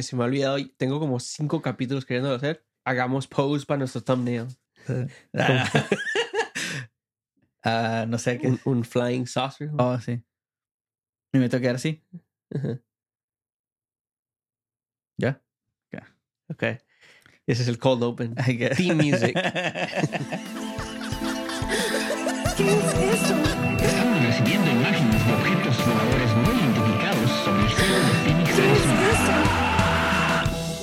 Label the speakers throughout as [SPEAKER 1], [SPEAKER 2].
[SPEAKER 1] que se me ha olvidado. y Tengo como cinco capítulos queriendo hacer. Hagamos pose para nuestro thumbnail.
[SPEAKER 2] Ah. Ah, no sé qué.
[SPEAKER 1] Un, un flying saucer.
[SPEAKER 2] Oh, sí. Y me tengo que quedar así.
[SPEAKER 1] Ajá.
[SPEAKER 2] ¿Ya?
[SPEAKER 1] Ok. Ese es el cold open.
[SPEAKER 2] Hay que-
[SPEAKER 1] Theme music.
[SPEAKER 3] ¿Qué es eso?
[SPEAKER 4] Estamos recibiendo imágenes de objetos voladores no identificados sobre el cielo de Phoenix, Arizona.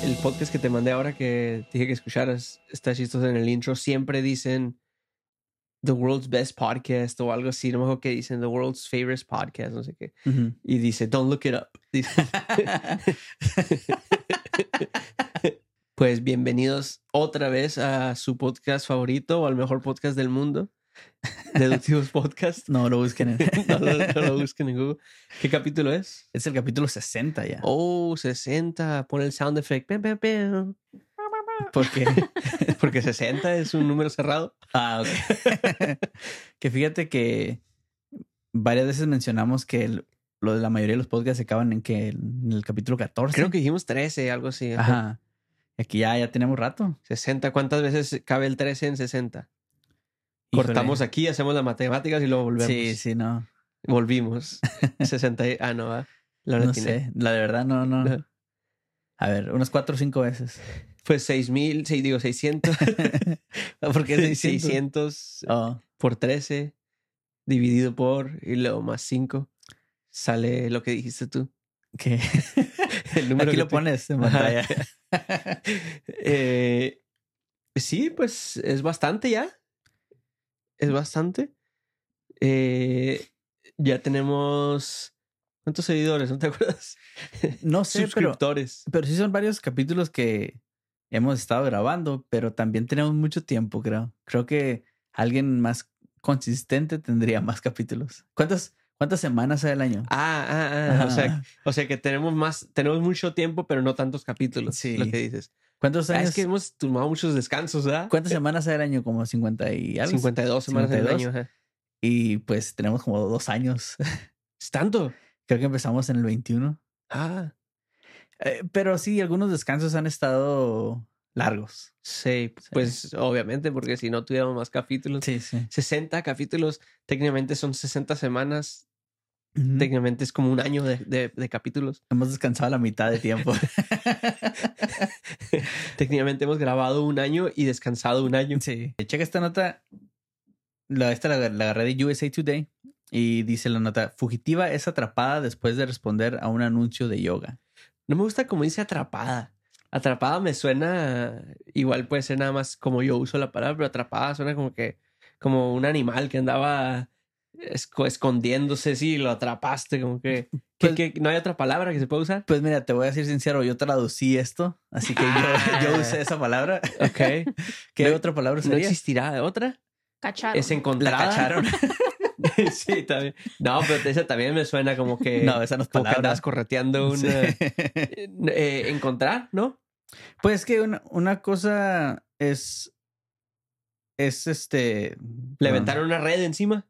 [SPEAKER 1] El podcast que te mandé ahora que te dije que escucharas, está chistoso en el intro. Siempre dicen The World's Best Podcast o algo así. No me acuerdo que dicen The World's Favorite Podcast, no sé qué.
[SPEAKER 2] Ujú.
[SPEAKER 1] Y dice, Don't look it up. Dice, pues bienvenidos otra vez a su podcast favorito o al mejor podcast del mundo, Deductivos Podcast.
[SPEAKER 2] no lo busquen. en-
[SPEAKER 1] No lo, no lo busquen en Google. ¿Qué capítulo es?
[SPEAKER 2] Es el capítulo 60 ya.
[SPEAKER 1] Oh, 60. Pon el sound effect. Pem, pem, pem.
[SPEAKER 2] Porque.
[SPEAKER 1] Porque 60 es un número cerrado.
[SPEAKER 2] Ah, ok. que fíjate que varias veces mencionamos que el- lo de la mayoría de los podcasts se acaban en que el- en el capítulo 14.
[SPEAKER 1] Creo que dijimos 13, algo así. Ajá.
[SPEAKER 2] Oh, Ajá. Y Aquí ya, ya tenemos rato.
[SPEAKER 1] 60. ¿Cuántas veces cabe el 13 en 60?
[SPEAKER 2] Híjole.
[SPEAKER 1] Cortamos aquí, hacemos las matemáticas y luego volvemos.
[SPEAKER 2] Sí, sí, no.
[SPEAKER 1] Volvimos. 60. y- Ah, no, ah. La
[SPEAKER 2] No
[SPEAKER 1] latiné.
[SPEAKER 2] sé. La de verdad, no, no.
[SPEAKER 1] No.
[SPEAKER 2] A ver, unas cuatro o cinco veces.
[SPEAKER 1] Pues 6000, sí, digo 600. Porque es
[SPEAKER 2] 600.
[SPEAKER 1] 600
[SPEAKER 2] Oh,
[SPEAKER 1] por 13 dividido por y luego más 5 sale lo que dijiste tú.
[SPEAKER 2] ¿qué?
[SPEAKER 1] El número
[SPEAKER 2] Aquí
[SPEAKER 1] que
[SPEAKER 2] lo
[SPEAKER 1] tú-
[SPEAKER 2] pones en
[SPEAKER 1] Ajá.
[SPEAKER 2] pantalla.
[SPEAKER 1] Eh, sí, pues es bastante ya. Es bastante. Eh, ya tenemos. ¿Cuántos seguidores? ¿No te acuerdas?
[SPEAKER 2] No sé, pero,
[SPEAKER 1] Suscriptores.
[SPEAKER 2] pero sí son varios capítulos que hemos estado grabando, pero también tenemos mucho tiempo, creo. Creo que alguien más consistente tendría más capítulos. ¿Cuántas, cuántas semanas hay del año?
[SPEAKER 1] Ah, ah, ah. O,
[SPEAKER 2] Ajá.
[SPEAKER 1] sea, o sea que tenemos más, tenemos mucho tiempo, pero no tantos capítulos.
[SPEAKER 2] Sí.
[SPEAKER 1] Sí. Lo que dices.
[SPEAKER 2] ¿Cuántos
[SPEAKER 1] Ah,
[SPEAKER 2] años?
[SPEAKER 1] es que eh hemos tomado muchos descansos, ¿verdad?
[SPEAKER 2] ¿Cuántas semanas hay del año? Como 50 y algo.
[SPEAKER 1] 52 semanas del
[SPEAKER 2] 52.
[SPEAKER 1] año. ajá.
[SPEAKER 2] Y pues tenemos como dos años.
[SPEAKER 1] Es tanto.
[SPEAKER 2] Creo que empezamos en el 21.
[SPEAKER 1] Ah,
[SPEAKER 2] Eh, pero sí, algunos descansos han estado largos.
[SPEAKER 1] sí. Pues obviamente, porque si no tuviéramos más capítulos.
[SPEAKER 2] Sí, sí.
[SPEAKER 1] 60 capítulos, técnicamente son 60 semanas, técnicamente es como un año de, de- de capítulos.
[SPEAKER 2] Hemos descansado la mitad de tiempo.
[SPEAKER 1] Técnicamente hemos grabado un año y descansado un año.
[SPEAKER 2] Sí. Checa esta nota. La, esta la, la agarré de USA Today y dice la nota: Fugitiva es atrapada después de responder a un anuncio de yoga.
[SPEAKER 1] No me gusta como dice atrapada. Atrapada me suena, igual puede ser nada más como yo uso la palabra, pero atrapada suena como que, como un animal que andaba esco- escondiéndose, sí, lo atrapaste, como que, que-
[SPEAKER 2] Pues-
[SPEAKER 1] que no hay otra palabra que se pueda usar.
[SPEAKER 2] Pues mira, te voy a decir sincero: yo traducí esto, así que
[SPEAKER 1] Ah.
[SPEAKER 2] yo, yo usé esa palabra.
[SPEAKER 1] Ok.
[SPEAKER 2] ¿Qué
[SPEAKER 1] No-
[SPEAKER 2] otra palabra
[SPEAKER 1] ¿No Ah,
[SPEAKER 2] sería?
[SPEAKER 1] existirá otra?
[SPEAKER 3] Cacharon.
[SPEAKER 1] Es encontrada. sí, también. No, pero esa también me suena como que.
[SPEAKER 2] no, esa no es
[SPEAKER 1] como que
[SPEAKER 2] palabra.
[SPEAKER 1] andabas correteando un.
[SPEAKER 2] Sí.
[SPEAKER 1] eh, eh, encontrar, ¿no?
[SPEAKER 2] Pues que una, una cosa es. Es
[SPEAKER 1] Le
[SPEAKER 2] este. perdón.
[SPEAKER 1] aventaron una red encima.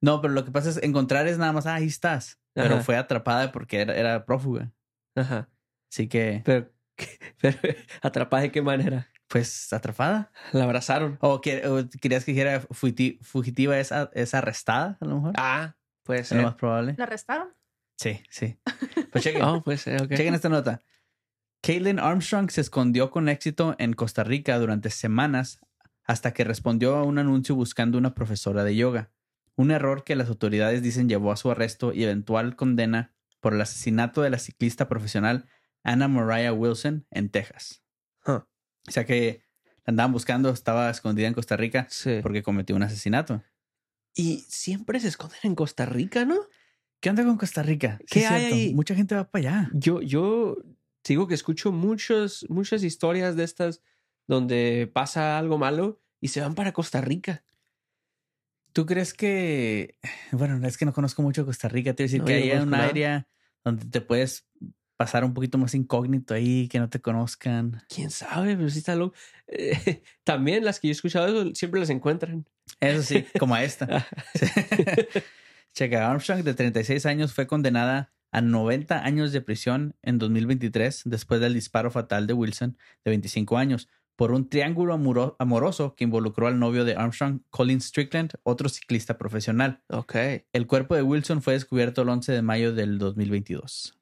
[SPEAKER 2] No, pero lo que pasa es encontrar es nada más, ah, ahí estás. Pero
[SPEAKER 1] Ajá.
[SPEAKER 2] fue atrapada porque era, era prófuga.
[SPEAKER 1] Ajá.
[SPEAKER 2] Así que,
[SPEAKER 1] Pero, pero atrapada de qué manera.
[SPEAKER 2] pues, atrapada.
[SPEAKER 1] La abrazaron.
[SPEAKER 2] O, que- o querías que dijera fuiti- fugitiva es, a- es arrestada, a lo mejor.
[SPEAKER 1] Ah, puede
[SPEAKER 2] es lo más
[SPEAKER 1] ser.
[SPEAKER 2] probable.
[SPEAKER 3] ¿La arrestaron?
[SPEAKER 2] Sí, sí. Pues chequen,
[SPEAKER 1] Oh, puede ser, ok.
[SPEAKER 2] chequen esta nota. Caitlin Armstrong se escondió con éxito en Costa Rica durante semanas hasta que respondió a un anuncio buscando una profesora de yoga. Un error que las autoridades dicen llevó a su arresto y eventual condena por el asesinato de la ciclista profesional Anna Mariah Wilson en Texas.
[SPEAKER 1] Huh.
[SPEAKER 2] O sea que la andaban buscando, estaba escondida en Costa Rica
[SPEAKER 1] Sí.
[SPEAKER 2] porque cometió un asesinato.
[SPEAKER 1] Y siempre se esconden en Costa Rica, ¿no?
[SPEAKER 2] ¿Qué onda con Costa Rica?
[SPEAKER 1] ¿Qué
[SPEAKER 2] es
[SPEAKER 1] hay
[SPEAKER 2] cierto,
[SPEAKER 1] ahí?
[SPEAKER 2] Mucha gente va para allá.
[SPEAKER 1] Yo, yo te digo que escucho muchos, muchas historias de estas donde pasa algo malo y se van para Costa Rica.
[SPEAKER 2] ¿Tú crees que, bueno, es que no conozco mucho Costa Rica, te voy a decir
[SPEAKER 1] No, yo no
[SPEAKER 2] que hay un
[SPEAKER 1] conozco nada.
[SPEAKER 2] área donde te puedes pasar un poquito más incógnito ahí, que no te conozcan?
[SPEAKER 1] Quién sabe, pero sí está loco. Eh, también las que yo he escuchado siempre las encuentran.
[SPEAKER 2] Eso sí, como a esta. Sí. Checa, Armstrong de 36 años fue condenada a 90 años de prisión en 2023 después del disparo fatal de Wilson de 25 años por un triángulo amuro- amoroso que involucró al novio de Armstrong, Colin Strickland, otro ciclista profesional.
[SPEAKER 1] Ok.
[SPEAKER 2] El cuerpo de Wilson fue descubierto el 11 de mayo del 2022.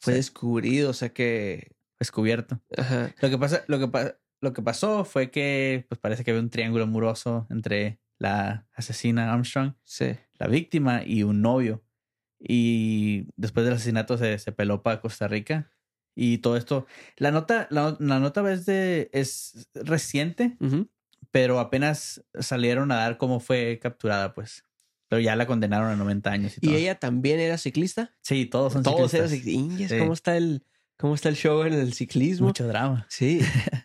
[SPEAKER 1] Fue
[SPEAKER 2] Sí.
[SPEAKER 1] descubrido, o sea que.
[SPEAKER 2] Descubierto.
[SPEAKER 1] Ajá.
[SPEAKER 2] Lo que pasa, lo que pa- lo que pasó fue que pues parece que había un triángulo amoroso entre la asesina Armstrong,
[SPEAKER 1] Sí.
[SPEAKER 2] la víctima y un novio. Y después del asesinato se, se peló para Costa Rica. Y todo esto. La nota, la, la nota es de. es reciente,
[SPEAKER 1] Ujú.
[SPEAKER 2] pero apenas salieron a dar cómo fue capturada, pues. Pero ya la condenaron a 90 años y,
[SPEAKER 1] ¿Y
[SPEAKER 2] todo.
[SPEAKER 1] ella también era ciclista?
[SPEAKER 2] Sí, todos son
[SPEAKER 1] Todos eran
[SPEAKER 2] ciclistas.
[SPEAKER 1] ciclistas. Inges,
[SPEAKER 2] Sí.
[SPEAKER 1] ¿Cómo está el, cómo está el show en el ciclismo?
[SPEAKER 2] Mucho drama.
[SPEAKER 1] Sí.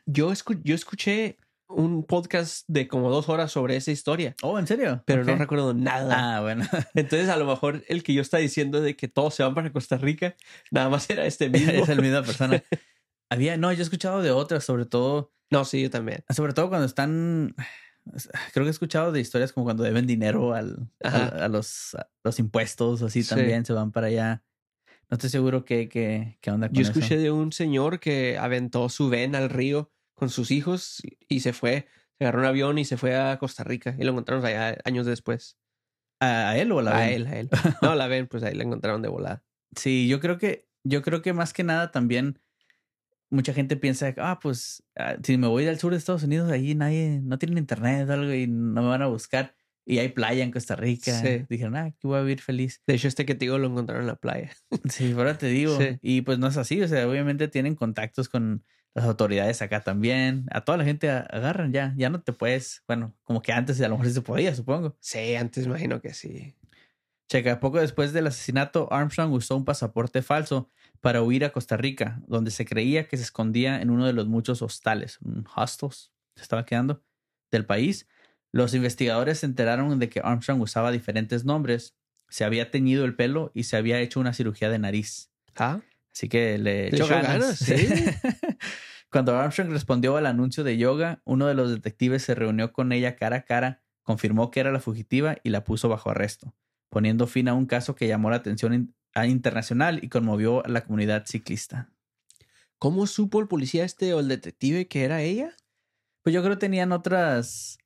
[SPEAKER 1] Yo, escu- yo escuché un podcast de como dos horas sobre esa historia,
[SPEAKER 2] Oh, ¿en serio?
[SPEAKER 1] pero no
[SPEAKER 2] Ok.
[SPEAKER 1] recuerdo nada.
[SPEAKER 2] Ah, bueno.
[SPEAKER 1] Entonces, a lo mejor el que yo estaba diciendo de que todos se van para Costa Rica, nada más era este mismo.
[SPEAKER 2] es la misma persona. Había, no, yo he escuchado de otras, sobre todo,
[SPEAKER 1] No, sí, yo también.
[SPEAKER 2] sobre todo cuando están. Creo que he escuchado de historias como cuando deben dinero al,
[SPEAKER 1] Ajá.
[SPEAKER 2] al- a, los, a los impuestos, así
[SPEAKER 1] Sí.
[SPEAKER 2] también se van para allá. No estoy seguro qué, qué, qué onda con
[SPEAKER 1] Yo
[SPEAKER 2] eso.
[SPEAKER 1] escuché de un señor que aventó su ven al río con sus hijos y- y se fue. Se agarró un avión y se fue a Costa Rica y lo encontraron allá años después.
[SPEAKER 2] ¿A, a él o a la
[SPEAKER 1] a
[SPEAKER 2] Ben?
[SPEAKER 1] él, a él. No, la ven, pues ahí la encontraron de volada.
[SPEAKER 2] Sí, yo creo que, yo creo que más que nada también mucha gente piensa, ah, pues ah, si me voy al sur de Estados Unidos, ahí nadie, no tienen internet o algo y no me van a buscar. Y hay playa en Costa Rica.
[SPEAKER 1] Sí.
[SPEAKER 2] Dijeron, ah, aquí voy a vivir feliz.
[SPEAKER 1] De hecho, este que te digo lo encontraron en la playa.
[SPEAKER 2] Sí, ahora te digo.
[SPEAKER 1] Sí.
[SPEAKER 2] Y pues no es así, o sea, obviamente tienen contactos con las autoridades acá también. A toda la gente a- agarran ya, ya no te puedes, bueno, como que antes a lo mejor sí se podía, supongo.
[SPEAKER 1] Sí, antes imagino que sí.
[SPEAKER 2] Checa, poco después del asesinato, Armstrong usó un pasaporte falso para huir a Costa Rica, donde se creía que se escondía en uno de los muchos hostales, un hostels, se estaba quedando, del país. Los investigadores se enteraron de que Armstrong usaba diferentes nombres, se había teñido el pelo y se había hecho una cirugía de nariz.
[SPEAKER 1] Ah,
[SPEAKER 2] Así que le
[SPEAKER 1] Le
[SPEAKER 2] echó
[SPEAKER 1] echó
[SPEAKER 2] ganas.
[SPEAKER 1] ganas, sí.
[SPEAKER 2] Cuando Armstrong respondió al anuncio de yoga, uno de los detectives se reunió con ella cara a cara, confirmó que era la fugitiva y la puso bajo arresto, poniendo fin a un caso que llamó la atención in- a- internacional y conmovió a la comunidad ciclista.
[SPEAKER 1] ¿Cómo supo el policía este o el detective que era ella?
[SPEAKER 2] Pues yo creo que tenían otras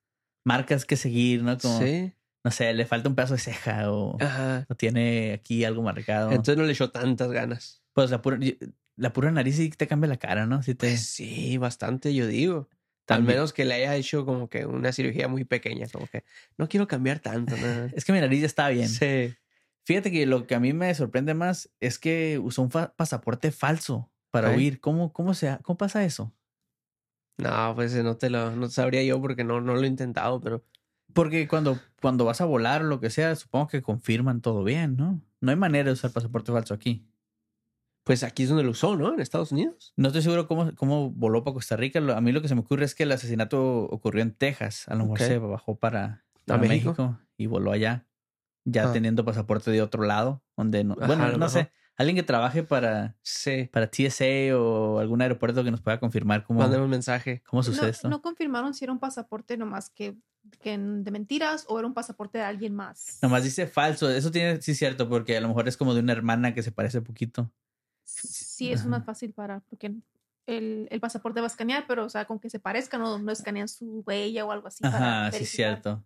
[SPEAKER 2] marcas que seguir, ¿no? Como,
[SPEAKER 1] Sí.
[SPEAKER 2] no sé, le falta un pedazo de ceja o
[SPEAKER 1] Ajá.
[SPEAKER 2] no tiene aquí algo marcado.
[SPEAKER 1] Entonces no le echó tantas ganas.
[SPEAKER 2] pues la pura, la pura nariz sí te cambia la cara, ¿no? Sí te,
[SPEAKER 1] Pues sí, bastante, yo digo.
[SPEAKER 2] También-
[SPEAKER 1] Al menos que le haya hecho como que una cirugía muy pequeña, como que no quiero cambiar tanto. nada.
[SPEAKER 2] Es que mi nariz ya está bien.
[SPEAKER 1] Sí.
[SPEAKER 2] Fíjate que lo que a mí me sorprende más es que usó un fa- pasaporte falso para
[SPEAKER 1] Ok.
[SPEAKER 2] huir. ¿Cómo, cómo, se ha- ¿Cómo pasa eso?
[SPEAKER 1] No, pues eh, no te lo no sabría yo porque no, no lo he intentado, pero
[SPEAKER 2] Porque cuando, cuando vas a volar o lo que sea, supongo que confirman todo bien, ¿no? No hay manera de usar pasaporte falso aquí.
[SPEAKER 1] pues aquí es donde lo usó, ¿no? En Estados Unidos.
[SPEAKER 2] No estoy seguro cómo, cómo voló para Costa Rica. Lo- A mí lo que se me ocurre es que el asesinato ocurrió en Texas. A lo mejor
[SPEAKER 1] Ok.
[SPEAKER 2] se bajó para, para México?
[SPEAKER 1] México?
[SPEAKER 2] y voló allá, ya
[SPEAKER 1] Ah.
[SPEAKER 2] teniendo pasaporte de otro lado, donde no-
[SPEAKER 1] Ajá, a
[SPEAKER 2] bueno,
[SPEAKER 1] lo
[SPEAKER 2] no sé.
[SPEAKER 1] mejor.
[SPEAKER 2] Alguien que trabaje para,
[SPEAKER 1] Sí.
[SPEAKER 2] para TSA o algún aeropuerto que nos pueda confirmar cómo,
[SPEAKER 1] Mándame un mensaje.
[SPEAKER 2] cómo
[SPEAKER 3] No,
[SPEAKER 2] sucede esto.
[SPEAKER 3] no confirmaron si era un pasaporte nomás que, que de mentiras o era un pasaporte de alguien más.
[SPEAKER 2] Nomás dice falso. Eso tiene, sí, cierto, porque a lo mejor es como de una hermana que se parece poquito.
[SPEAKER 3] Sí, es más
[SPEAKER 2] Ajá.
[SPEAKER 3] fácil para, porque el, el pasaporte va a escanear, pero o sea, con que se parezcan o no escanean su huella o algo así. para
[SPEAKER 2] Ajá, sí,
[SPEAKER 3] verificar.
[SPEAKER 2] cierto.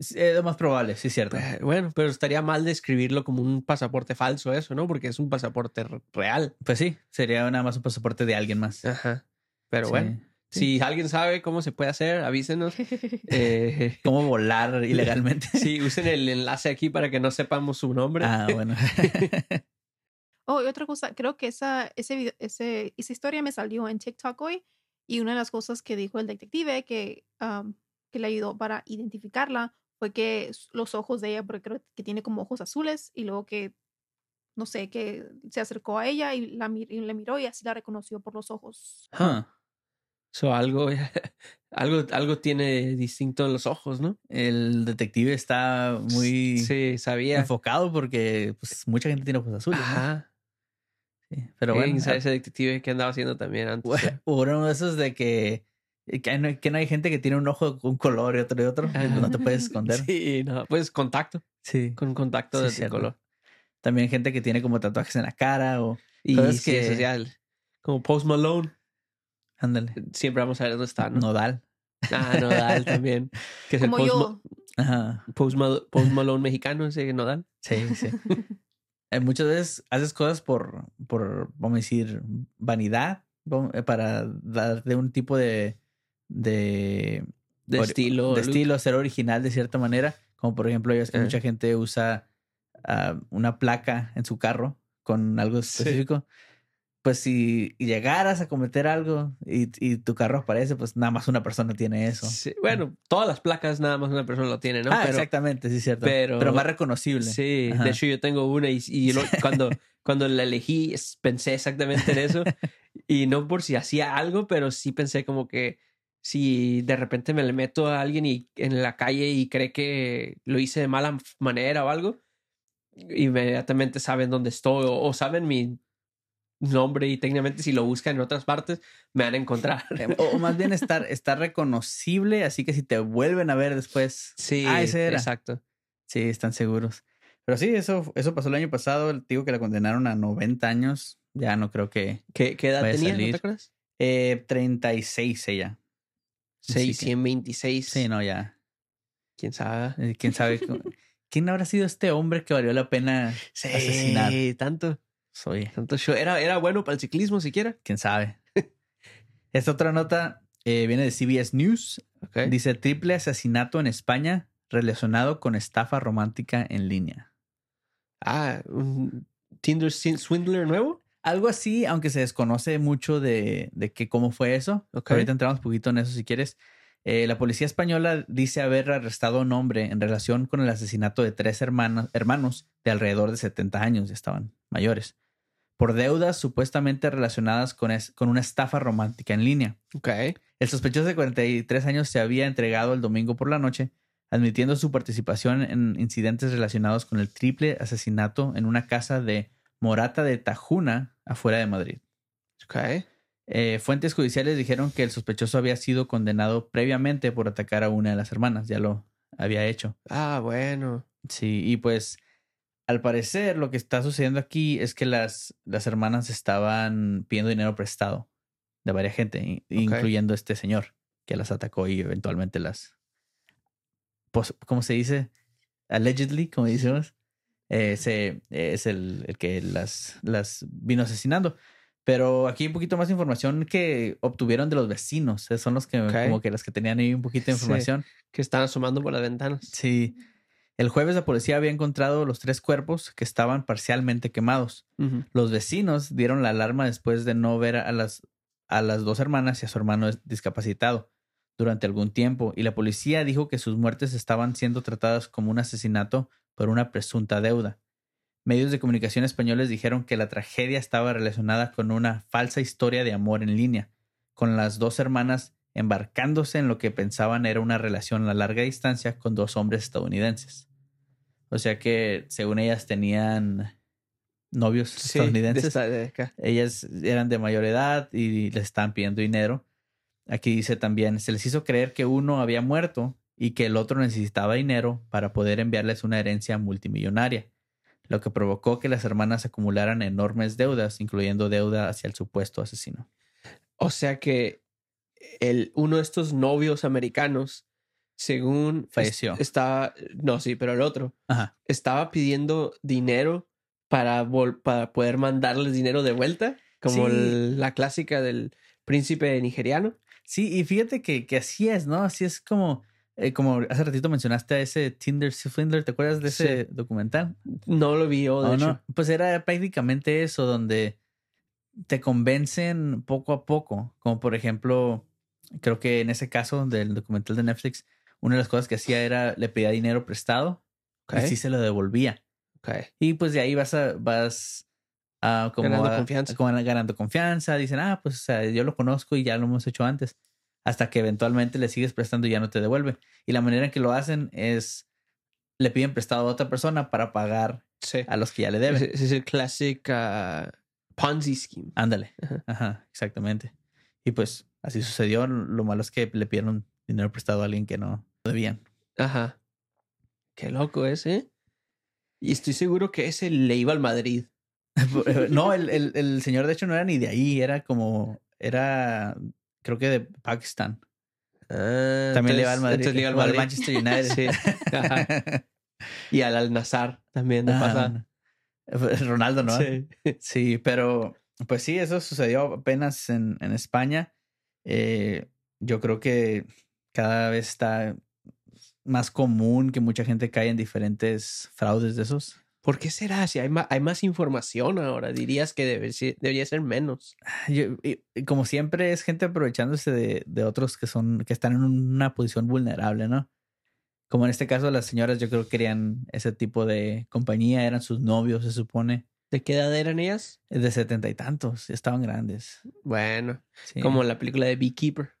[SPEAKER 2] Sí, Es lo más probable, sí, cierto.
[SPEAKER 1] Eh, Bueno, pero estaría mal describirlo como un pasaporte falso eso, ¿no? Porque es un pasaporte r- real.
[SPEAKER 2] Pues sí, sería nada más un pasaporte de alguien más.
[SPEAKER 1] Ajá. Pero
[SPEAKER 2] Sí.
[SPEAKER 1] bueno, si alguien sabe cómo se puede hacer, avísenos. Eh,
[SPEAKER 2] ¿Cómo volar ilegalmente?
[SPEAKER 1] sí, usen el enlace aquí para que no sepamos su nombre.
[SPEAKER 2] Ah, bueno.
[SPEAKER 3] Oh, y otra cosa, creo que esa, ese video- ese, esa historia me salió en TikTok hoy y una de las cosas que dijo el detective que, am, que le ayudó para identificarla fue que s- los ojos de ella, porque creo que tiene como ojos azules y luego que, no sé, que se acercó a ella y la, mir- y la miró y así la reconoció por los ojos.
[SPEAKER 2] Huh.
[SPEAKER 1] So, algo, algo, algo tiene distinto en los ojos, ¿no?
[SPEAKER 2] El detective está muy
[SPEAKER 1] Sí, sabía.
[SPEAKER 2] enfocado porque pues, mucha gente tiene ojos azules. ¿no?
[SPEAKER 1] Ajá.
[SPEAKER 2] Sí, Pero
[SPEAKER 1] Ey,
[SPEAKER 2] bueno, ah.
[SPEAKER 1] ¿sabes ese detective que andaba haciendo también antes.
[SPEAKER 2] Bueno, uno de esos de que, que, no, que no hay gente que tiene un ojo de un color y otro de otro.
[SPEAKER 1] Ajá.
[SPEAKER 2] No te puedes esconder.
[SPEAKER 1] Sí, no, pues contacto,
[SPEAKER 2] Sí.
[SPEAKER 1] con contacto
[SPEAKER 2] Sí,
[SPEAKER 1] de
[SPEAKER 2] cierto.
[SPEAKER 1] color.
[SPEAKER 2] También gente que tiene como tatuajes en la cara o...
[SPEAKER 1] Y
[SPEAKER 2] Cosas
[SPEAKER 1] sí,
[SPEAKER 2] que-
[SPEAKER 1] social. Como Post Malone,
[SPEAKER 2] Ándale.
[SPEAKER 1] siempre vamos a ver dónde está, ¿no?
[SPEAKER 2] Nodal.
[SPEAKER 1] Ah, Nodal también. Que es el
[SPEAKER 3] Como
[SPEAKER 1] Post, Ma-
[SPEAKER 3] yo.
[SPEAKER 2] Ajá.
[SPEAKER 1] Post Mal- Post Malone mexicano, ese Nodal.
[SPEAKER 2] Sí, sí. Eh, Muchas veces haces cosas por, por, vamos a decir, vanidad, vamos- eh, para darte un tipo de, de,
[SPEAKER 1] De
[SPEAKER 2] ori-
[SPEAKER 1] estilo.
[SPEAKER 2] de
[SPEAKER 1] look.
[SPEAKER 2] estilo, ser original de cierta manera. Como por ejemplo, ya ves que
[SPEAKER 1] Eh.
[SPEAKER 2] mucha gente usa ah, una placa en su carro con algo
[SPEAKER 1] Sí.
[SPEAKER 2] específico. Pues si llegaras a cometer algo y, y tu carro aparece, pues nada más una persona tiene eso.
[SPEAKER 1] Sí, Bueno, todas las placas nada más una persona lo tiene, ¿no?
[SPEAKER 2] ah,
[SPEAKER 1] Pero-
[SPEAKER 2] exactamente, sí, cierto.
[SPEAKER 1] pero-
[SPEAKER 2] Pero, más reconocible.
[SPEAKER 1] Sí,
[SPEAKER 2] Ajá.
[SPEAKER 1] de hecho yo tengo una y, y lo- cuando, cuando la elegí es- pensé exactamente en eso y no por si hacía algo, pero sí pensé como que si de repente me le meto a alguien y, en la calle y cree que lo hice de mala manera o algo, inmediatamente saben dónde estoy o, o saben mi nombre y técnicamente si lo buscan en otras partes me van a encontrar.
[SPEAKER 2] Eh, O, o más bien estar, estar reconocible, así que si te vuelven a ver después,
[SPEAKER 1] Sí,
[SPEAKER 2] Ah, ese era.
[SPEAKER 1] exacto.
[SPEAKER 2] sí, están seguros. Pero sí, eso, eso pasó el año pasado. Te Digo que la condenaron a 90 años. Ya no creo que...
[SPEAKER 1] ¿Qué, qué edad
[SPEAKER 2] Voy a
[SPEAKER 1] tenía? ¿No te
[SPEAKER 2] salir.
[SPEAKER 1] acuerdas?
[SPEAKER 2] Eh, 36 ella. Así que-
[SPEAKER 1] 626.
[SPEAKER 2] Sí, no, ya.
[SPEAKER 1] ¿Quién sabe?
[SPEAKER 2] Eh, ¿Quién sabe? cómo- ¿Quién habrá sido este hombre que valió la pena?
[SPEAKER 1] Sí,
[SPEAKER 2] Asesinar.
[SPEAKER 1] tanto.
[SPEAKER 2] Oye,
[SPEAKER 1] Tanto show. Era, era bueno para el ciclismo siquiera.
[SPEAKER 2] ¿quién sabe? Esta otra nota eh, viene de CBS News. Dice triple asesinato en España relacionado con estafa romántica en línea.
[SPEAKER 1] Ah, un Tinder sin- Swindler nuevo.
[SPEAKER 2] Algo así, aunque se desconoce mucho de, de que cómo fue eso.
[SPEAKER 1] Ok.
[SPEAKER 2] Ahorita entramos poquito en eso si quieres. Eh, la policía española dice haber arrestado a un hombre en relación con el asesinato de tres hermanos, hermanos de alrededor de 70 años, ya estaban mayores, por deudas supuestamente relacionadas con, es- con una estafa romántica en línea.
[SPEAKER 1] Ok.
[SPEAKER 2] El sospechoso de 43 años se había entregado el domingo por la noche, admitiendo su participación en incidentes relacionados con el triple asesinato en una casa de Morata de Tajuna, afuera de Madrid.
[SPEAKER 1] Ok.
[SPEAKER 2] Eh, fuentes judiciales dijeron que el sospechoso había sido condenado previamente por atacar a una de las hermanas, ya lo había hecho.
[SPEAKER 1] Ah, bueno.
[SPEAKER 2] Sí, y pues al parecer lo que está sucediendo aquí es que las, las hermanas estaban pidiendo dinero prestado de varias gente, i- incluyendo este señor que las atacó y eventualmente las, pos- ¿cómo se dice? Allegedly, como decimos, eh, se- eh, es el, el que las, las vino asesinando. Pero aquí hay un poquito más de información que obtuvieron de los vecinos. eh, Son los que,
[SPEAKER 1] Ok.
[SPEAKER 2] como que las que tenían ahí un poquito de
[SPEAKER 1] Sí.
[SPEAKER 2] información.
[SPEAKER 1] Que están asomando por las ventanas.
[SPEAKER 2] Sí. El jueves la policía había encontrado los tres cuerpos que estaban parcialmente quemados.
[SPEAKER 1] Ujú.
[SPEAKER 2] Los vecinos dieron la alarma después de no ver a las, a las dos hermanas y a su hermano des- discapacitado durante algún tiempo y la policía dijo que sus muertes estaban siendo tratadas como un asesinato por una presunta deuda. Medios de comunicación españoles dijeron que la tragedia estaba relacionada con una falsa historia de amor en línea, con las dos hermanas embarcándose en lo que pensaban era una relación a larga distancia con dos hombres estadounidenses. O sea que, según ellas, tenían novios
[SPEAKER 1] Sí, de
[SPEAKER 2] estadounidenses
[SPEAKER 1] esta- de acá.
[SPEAKER 2] ellas eran de mayor edad y les estaban pidiendo dinero. Aquí dice también, se les hizo creer que uno había muerto y que el otro necesitaba dinero para poder enviarles una herencia multimillonaria, lo que provocó que las hermanas acumularan enormes deudas, incluyendo deuda hacia el supuesto asesino.
[SPEAKER 1] O sea que el, uno de estos novios americanos, según. es-
[SPEAKER 2] Falleció.
[SPEAKER 1] estaba. No, sí, pero el otro.
[SPEAKER 2] Ajá.
[SPEAKER 1] Estaba pidiendo dinero para, vol- para poder mandarles dinero de vuelta. Como
[SPEAKER 2] Sí.
[SPEAKER 1] el- la clásica del príncipe nigeriano.
[SPEAKER 2] Sí, y fíjate que, que así es, ¿no? Así es como, eh, como hace ratito mencionaste a ese Tinder Swindler, ¿te acuerdas de ese documental?
[SPEAKER 1] No lo vi yo, de
[SPEAKER 2] ¿O
[SPEAKER 1] hecho.
[SPEAKER 2] no? Pues era prácticamente eso, donde te convencen poco a poco. Como por ejemplo, creo que en ese caso del documental de Netflix, una de las cosas que hacía era le pedía dinero prestado
[SPEAKER 1] Ok,
[SPEAKER 2] y sí se lo devolvía.
[SPEAKER 1] ok.
[SPEAKER 2] Y pues de ahí vas a, vas a como
[SPEAKER 1] Ganando
[SPEAKER 2] a-
[SPEAKER 1] confianza.
[SPEAKER 2] como ganando confianza. Dicen, ah, pues o sea, yo lo conozco y ya lo hemos hecho antes. Hasta que eventualmente le sigues prestando y ya no te devuelve. Y la manera en que lo hacen es le piden prestado a otra persona para pagar
[SPEAKER 1] Sí.
[SPEAKER 2] a los que ya le deben.
[SPEAKER 1] Ese ese es el classic
[SPEAKER 2] uh,
[SPEAKER 1] ah, Ponzi scheme.
[SPEAKER 2] Ándale.
[SPEAKER 1] Ajá.
[SPEAKER 2] Ajá. exactamente. Y pues así sucedió. Lo malo es que le pidieron dinero prestado a alguien que no debían.
[SPEAKER 1] Ajá. Qué loco es, ¿eh? Y estoy seguro que ese le iba al Madrid.
[SPEAKER 2] No, el, el- el señor de hecho no era ni de ahí, era como, era, creo que de Pakistán.
[SPEAKER 1] Ah,
[SPEAKER 2] También le
[SPEAKER 1] entonces-
[SPEAKER 2] va al Madrid.
[SPEAKER 1] Entonces le iba al
[SPEAKER 2] o
[SPEAKER 1] Madrid.
[SPEAKER 2] Manchester United.
[SPEAKER 1] Sí. Ajá. Y al Al-Nazar también de
[SPEAKER 2] Ah,
[SPEAKER 1] pasada.
[SPEAKER 2] Ronaldo, ¿no?
[SPEAKER 1] Sí.
[SPEAKER 2] Sí, pero pues sí, eso sucedió apenas en, en España. Eh, yo creo que cada vez está más común que mucha gente cae en diferentes fraudes de esos.
[SPEAKER 1] ¿Por qué será? Si hay más, hay más información ahora, dirías que debe ser- debería ser menos.
[SPEAKER 2] Ah, Yo- y- y como siempre, es gente aprovechándose de, de otros que son, que están en una posición vulnerable, ¿no? Como en este caso, las señoras yo creo que querían ese tipo de compañía, eran sus novios, se supone,
[SPEAKER 1] ¿De qué edad eran ellas?
[SPEAKER 2] de setenta y tantos, estaban grandes.
[SPEAKER 1] Bueno,
[SPEAKER 2] Sí.
[SPEAKER 1] como la película de Beekeeper.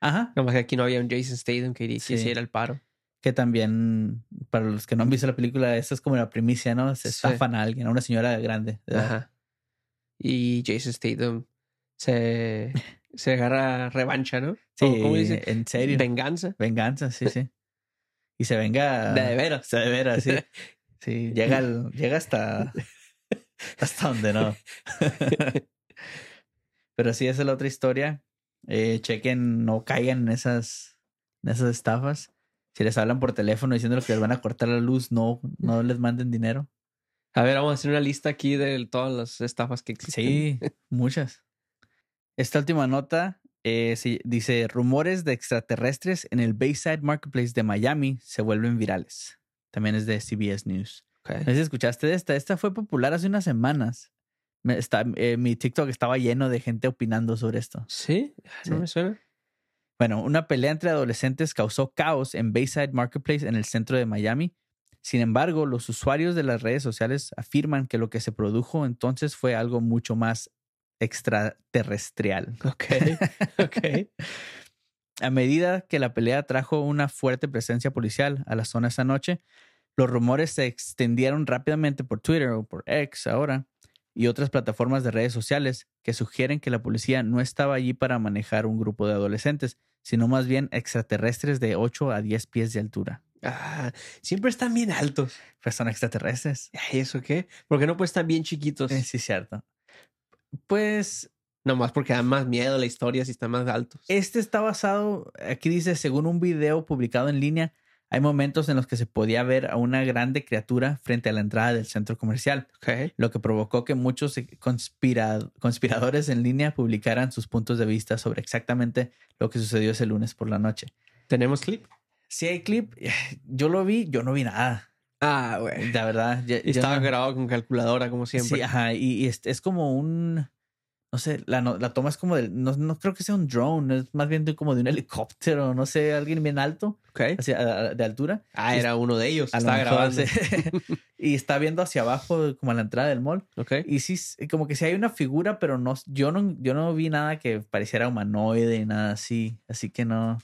[SPEAKER 2] Ajá.
[SPEAKER 1] Nomás que aquí no había un Jason Statham que
[SPEAKER 2] Sí.
[SPEAKER 1] hiciera el paro.
[SPEAKER 2] que también, para los que no han visto la película, esta es como la primicia, ¿no? Se
[SPEAKER 1] Sí.
[SPEAKER 2] estafan a alguien, a una señora grande. de edad.
[SPEAKER 1] Ajá. Y Jason Statham se, se agarra revancha, ¿no?
[SPEAKER 2] Sí,
[SPEAKER 1] ¿Cómo- cómo dice?
[SPEAKER 2] en serio.
[SPEAKER 1] Venganza.
[SPEAKER 2] Venganza, sí, sí. Y se venga.
[SPEAKER 1] De de veras.
[SPEAKER 2] Se de veras, sí. Sí, llega, al- llega hasta. Hasta donde no. Pero sí, esa es la otra historia. Eh, chequen, no caigan en esas, en esas estafas. Si les hablan por teléfono diciéndoles que les van a cortar la luz, no, no les manden dinero.
[SPEAKER 1] A ver, vamos a hacer una lista aquí de todas las estafas que existen.
[SPEAKER 2] Sí, muchas. Esta última nota eh, sí, dice: rumores de extraterrestres en el Bayside Marketplace de Miami se vuelven virales. También es de CBS News. No
[SPEAKER 1] Ok.
[SPEAKER 2] sé si escuchaste de esta. Esta fue popular hace unas semanas. Me- está- eh, mi TikTok estaba lleno de gente opinando sobre esto.
[SPEAKER 1] ¿Sí? Ah, No
[SPEAKER 2] Sí.
[SPEAKER 1] me suena.
[SPEAKER 2] Bueno, una pelea entre adolescentes causó caos en Bayside Marketplace en el centro de Miami. Sin embargo, los usuarios de las redes sociales afirman que lo que se produjo entonces fue algo mucho más extraterrestrial.
[SPEAKER 1] Ok. Ok.
[SPEAKER 2] A medida que la pelea trajo una fuerte presencia policial a la zona esa noche, los rumores se extendieron rápidamente por Twitter o por X ahora y otras plataformas de redes sociales que sugieren que la policía no estaba allí para manejar un grupo de adolescentes, sino más bien extraterrestres de 8 a 10 pies de altura.
[SPEAKER 1] Ah, siempre están bien altos.
[SPEAKER 2] Pues son extraterrestres.
[SPEAKER 1] Ay, ¿Eso qué? Porque no pues están bien chiquitos.
[SPEAKER 2] Eh, Sí, cierto. Pues
[SPEAKER 1] Nomás porque da más miedo la historia si están más altos.
[SPEAKER 2] Este está basado, aquí dice, según un video publicado en línea, hay momentos en los que se podía ver a una grande criatura frente a la entrada del centro comercial,
[SPEAKER 1] Ok.
[SPEAKER 2] lo que provocó que muchos conspira- conspiradores en línea publicaran sus puntos de vista sobre exactamente lo que sucedió ese lunes por la noche.
[SPEAKER 1] ¿Tenemos clip?
[SPEAKER 2] Si hay clip, yo lo vi, yo no vi nada.
[SPEAKER 1] Ah, güey.
[SPEAKER 2] La verdad, ya- yo
[SPEAKER 1] Estaba
[SPEAKER 2] no-
[SPEAKER 1] grabado con calculadora, como siempre.
[SPEAKER 2] Sí, ah, ajá, y, y es, es como un, no sé, la, no- la toma es como del, no, no creo que sea un drone, es más bien de- como de un helicóptero, no sé, alguien bien alto,
[SPEAKER 1] Ok.
[SPEAKER 2] hacia, a- a- de altura.
[SPEAKER 1] Ah, era uno de ellos.
[SPEAKER 2] A lo
[SPEAKER 1] Estaba
[SPEAKER 2] mejor,
[SPEAKER 1] grabando.
[SPEAKER 2] sí. y está viendo hacia abajo, como a la entrada del mall.
[SPEAKER 1] Ok.
[SPEAKER 2] Y sí, s- como que sí hay una figura, pero no, yo no, yo no vi nada que pareciera humanoide y nada así, así que no.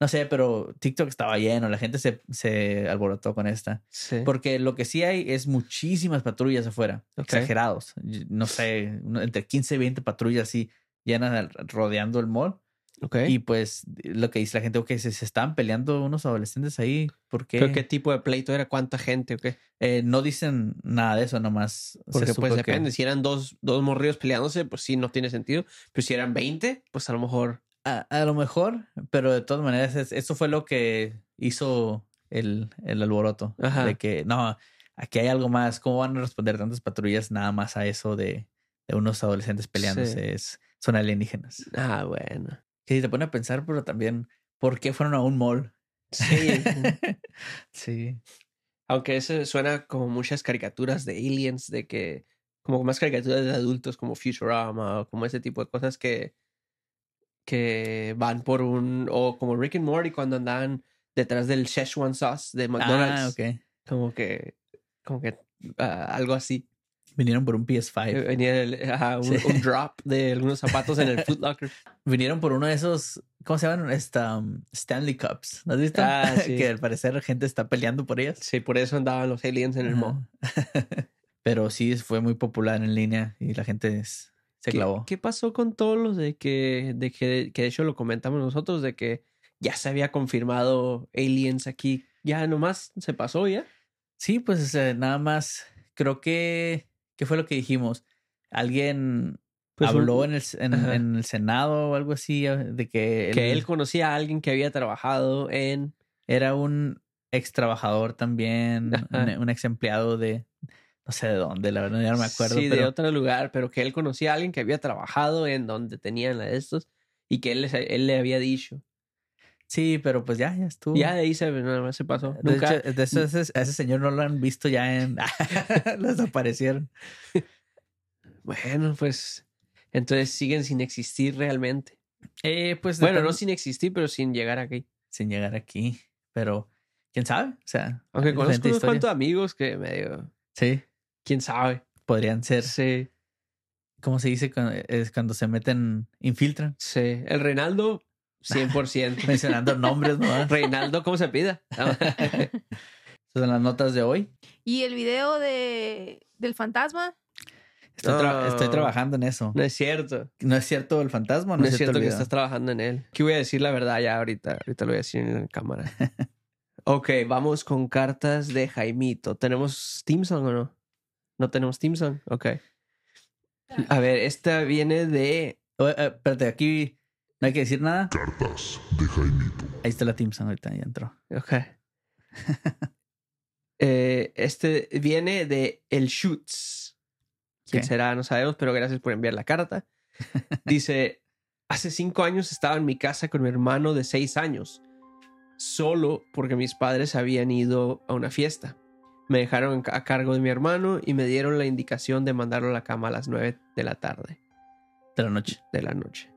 [SPEAKER 2] No sé, pero TikTok estaba lleno, la gente se, se alborotó con esta.
[SPEAKER 1] Sí.
[SPEAKER 2] Porque lo que sí hay es muchísimas patrullas afuera,
[SPEAKER 1] Ok.
[SPEAKER 2] exagerados. Y- No sé, uno- entre 15 y 20 patrullas así llenas al- rodeando el mall.
[SPEAKER 1] Ok.
[SPEAKER 2] Y pues lo que dice la gente, ok, se, se estaban peleando unos adolescentes ahí. porque
[SPEAKER 1] ¿Pero ¿Qué tipo de pleito era? ¿Cuánta gente? ¿O qué?
[SPEAKER 2] no dicen nada de eso, nomás. se
[SPEAKER 1] Porque pues
[SPEAKER 2] supo que-
[SPEAKER 1] depende. Si eran dos, dos morridos peleándose, pues sí, no tiene sentido. Pero si eran 20, pues a lo mejor...
[SPEAKER 2] A, a lo mejor, pero de todas maneras, es- eso fue lo que hizo el, el alboroto.
[SPEAKER 1] Ajá.
[SPEAKER 2] De que, no, aquí hay algo más. ¿Cómo van a responder tantas patrullas nada más a eso de, de unos adolescentes peleándose? Es- son alienígenas.
[SPEAKER 1] Ah, bueno.
[SPEAKER 2] Que si te pone a pensar, pero también, ¿por qué fueron a un mall?
[SPEAKER 1] Sí.
[SPEAKER 2] sí.
[SPEAKER 1] Aunque eso suena como muchas caricaturas de aliens, de que, como más caricaturas de adultos como Futurama o como ese tipo de cosas que, que van por un, o como Rick and Morty cuando andaban detrás del Szechuan sauce de McDonald's,
[SPEAKER 2] Ah, ok.
[SPEAKER 1] como que, como que ah, algo así.
[SPEAKER 2] Vinieron por un PS5.
[SPEAKER 1] Eh, Venía el- ajá, un,
[SPEAKER 2] Sí.
[SPEAKER 1] un drop de algunos zapatos en el Foot Locker.
[SPEAKER 2] Vinieron por uno de esos, ¿cómo se llaman? Esta, um, Stanley Cups. ¿No has visto?
[SPEAKER 1] Ah, sí.
[SPEAKER 2] que al parecer gente está peleando por ellas.
[SPEAKER 1] Sí, por eso andaban los aliens en el mall.
[SPEAKER 2] Ajá. Pero sí fue muy popular en línea y la gente es- se
[SPEAKER 1] ¿Qué-
[SPEAKER 2] clavó.
[SPEAKER 1] ¿Qué, pasó con todos los de que, de que, que de hecho lo comentamos nosotros, de que ya se había confirmado aliens aquí? Ya nomás se pasó ya.
[SPEAKER 2] Sí, pues o sea, nada más. Creo que. ¿Qué fue lo que dijimos? Alguien
[SPEAKER 1] Pues un-
[SPEAKER 2] habló en, el, en,
[SPEAKER 1] Ajá.
[SPEAKER 2] en el Senado o algo así eh, de que,
[SPEAKER 1] que él conocía a alguien que había trabajado en...
[SPEAKER 2] era un ex trabajador también,
[SPEAKER 1] Ajá.
[SPEAKER 2] un, ex empleado de. No sé de dónde, la verdad, ya no me acuerdo.
[SPEAKER 1] sí, de
[SPEAKER 2] pero
[SPEAKER 1] otro lugar, pero que él conocía a alguien que había trabajado en donde tenían la de estos y que él, les- él le había dicho.
[SPEAKER 2] sí, pero pues ya, ya estuvo.
[SPEAKER 1] Ya de ahí se, nada más se pasó.
[SPEAKER 2] De
[SPEAKER 1] Nunca,
[SPEAKER 2] hecho, de eso, ese, a ese señor no lo han visto ya en. lo desaparecieron.
[SPEAKER 1] Bueno, pues entonces siguen sin existir realmente.
[SPEAKER 2] Eh, pues
[SPEAKER 1] Bueno,
[SPEAKER 2] depende-
[SPEAKER 1] no sin existir, pero sin llegar aquí.
[SPEAKER 2] sin llegar aquí. Pero quién sabe, o sea,
[SPEAKER 1] Aunque conozco
[SPEAKER 2] hay diferente
[SPEAKER 1] unos
[SPEAKER 2] historia.
[SPEAKER 1] cuantos amigos que medio,
[SPEAKER 2] Sí,
[SPEAKER 1] quién sabe.
[SPEAKER 2] podrían ser,
[SPEAKER 1] Sí,
[SPEAKER 2] ¿cómo se dice? Cuando, es cuando se meten, infiltran,
[SPEAKER 1] sí. El Reinaldo, 100%.
[SPEAKER 2] mencionando nombres, ¿no? Esas
[SPEAKER 1] Reinaldo, ¿cómo se pida?
[SPEAKER 2] son las notas de hoy.
[SPEAKER 3] Y el video de, del fantasma,
[SPEAKER 2] Estoy, tra-
[SPEAKER 1] No.
[SPEAKER 2] estoy trabajando en eso.
[SPEAKER 1] Ah. No es cierto.
[SPEAKER 2] No es cierto el fantasma,
[SPEAKER 1] No,
[SPEAKER 2] no,
[SPEAKER 1] es cierto que
[SPEAKER 2] el video?
[SPEAKER 1] estás trabajando en él. ¿Qué voy a decir la verdad ya ahorita? Ahorita lo voy a decir en cámara. ok, vamos con cartas de Jaimito. ¿Tenemos Team Song o no? No tenemos Team Song. Ok. A ver, esta viene de
[SPEAKER 2] Oh, eh, espérate, aquí no hay que decir nada.
[SPEAKER 5] Cartas de Jaimito.
[SPEAKER 2] Ahí está la Timson, ahorita ya entró.
[SPEAKER 1] Ok. Eh, este viene de El Schutz. ¿Quién
[SPEAKER 2] Ok.
[SPEAKER 1] será? No sabemos, pero gracias por enviar la carta. Dice: Hace cinco años estaba en mi casa con mi hermano de seis años, solo porque mis padres habían ido a una fiesta. Me dejaron a cargo de mi hermano y me dieron la indicación de mandarlo a la cama a las nueve de la tarde
[SPEAKER 2] De la noche.
[SPEAKER 1] de la noche.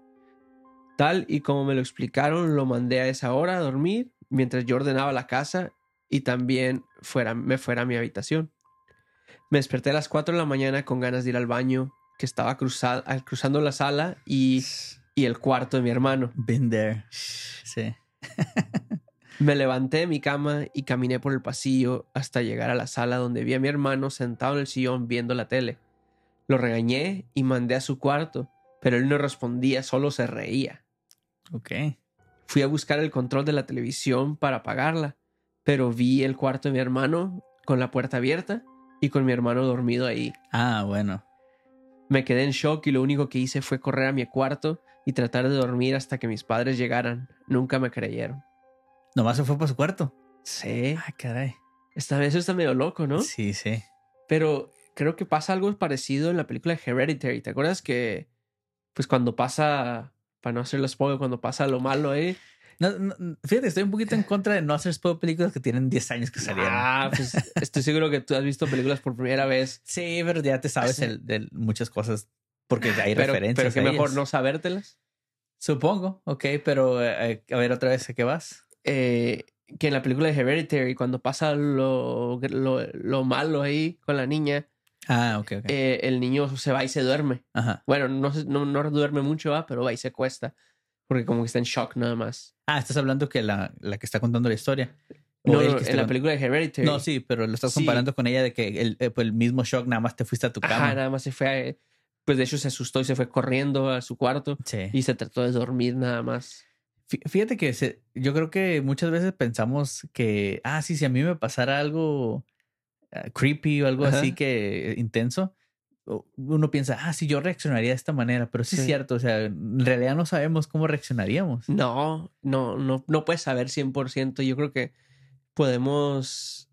[SPEAKER 1] Tal y como me lo explicaron, lo mandé a esa hora a dormir mientras yo ordenaba la casa y también fuera, me fuera a mi habitación. Me desperté a las 4 de la mañana con ganas de ir al baño, que estaba cruza- al- cruzando la sala y, y el cuarto de mi hermano.
[SPEAKER 2] Been there. Sí.
[SPEAKER 1] Me levanté de mi cama y caminé por el pasillo hasta llegar a la sala donde vi a mi hermano sentado en el sillón viendo la tele. Lo regañé y mandé a su cuarto, pero él no respondía, solo se reía.
[SPEAKER 2] Ok.
[SPEAKER 1] Fui a buscar el control de la televisión para apagarla, pero vi el cuarto de mi hermano con la puerta abierta y con mi hermano dormido ahí.
[SPEAKER 2] Ah, bueno.
[SPEAKER 1] Me quedé en shock y lo único que hice fue correr a mi cuarto y tratar de dormir hasta que mis padres llegaran. Nunca me creyeron.
[SPEAKER 2] Nomás se fue para su cuarto.
[SPEAKER 1] Sí,
[SPEAKER 2] Ah, caray.
[SPEAKER 1] esta vez está medio loco, ¿no?
[SPEAKER 2] Sí, sí.
[SPEAKER 1] Pero creo que pasa algo parecido en la película de Hereditary. ¿Te acuerdas que, pues cuando pasa, para no hacerlo spoiler, cuando pasa lo malo, eh?
[SPEAKER 2] No, no, fíjate, estoy un poquito en contra de no hacer spoiler películas que tienen 10 años que salieron.
[SPEAKER 1] Ah, pues estoy seguro que tú has visto películas por primera vez
[SPEAKER 2] Sí, pero ya te sabes el- de muchas cosas porque hay
[SPEAKER 1] pero, Pero
[SPEAKER 2] referencias.
[SPEAKER 1] que
[SPEAKER 2] a
[SPEAKER 1] mejor
[SPEAKER 2] ellas.
[SPEAKER 1] no sabértelas.
[SPEAKER 2] Supongo, ok, pero eh, eh, a ver otra vez a qué vas.
[SPEAKER 1] Eh, que en la película de Hereditary, cuando pasa lo, lo, lo malo ahí con la niña,
[SPEAKER 2] Ah, ok, ok.
[SPEAKER 1] eh, el niño se va y se duerme.
[SPEAKER 2] Ajá.
[SPEAKER 1] Bueno, no, se- no, no duerme mucho, ¿va? pero va y se cuesta. Porque como que está en shock nada más.
[SPEAKER 2] Ah, estás hablando que la, la que está contando la historia. O
[SPEAKER 1] No,
[SPEAKER 2] el
[SPEAKER 1] no,
[SPEAKER 2] que está
[SPEAKER 1] en la
[SPEAKER 2] con-
[SPEAKER 1] película de Hereditary.
[SPEAKER 2] No, sí, pero lo estás
[SPEAKER 1] Sí.
[SPEAKER 2] comparando con ella de que el, eh, pues, el mismo shock nada más te fuiste a tu
[SPEAKER 1] Ajá,
[SPEAKER 2] cama.
[SPEAKER 1] nada más se fue. a- pues de hecho se asustó y se fue corriendo a su cuarto
[SPEAKER 2] Sí.
[SPEAKER 1] y se trató de dormir nada más.
[SPEAKER 2] Fí- Fíjate que se- yo creo que muchas veces pensamos que, ah, sí, si a mí me pasara algo ah, creepy o algo
[SPEAKER 1] Ajá.
[SPEAKER 2] así que eh, intenso, u- uno piensa, ah, sí, yo reaccionaría de esta manera, pero
[SPEAKER 1] Sí.
[SPEAKER 2] sí,
[SPEAKER 1] Mm.
[SPEAKER 2] es cierto, o sea, en realidad no sabemos cómo reaccionaríamos.
[SPEAKER 1] No, no, no, no puedes saber 100%. Yo creo que podemos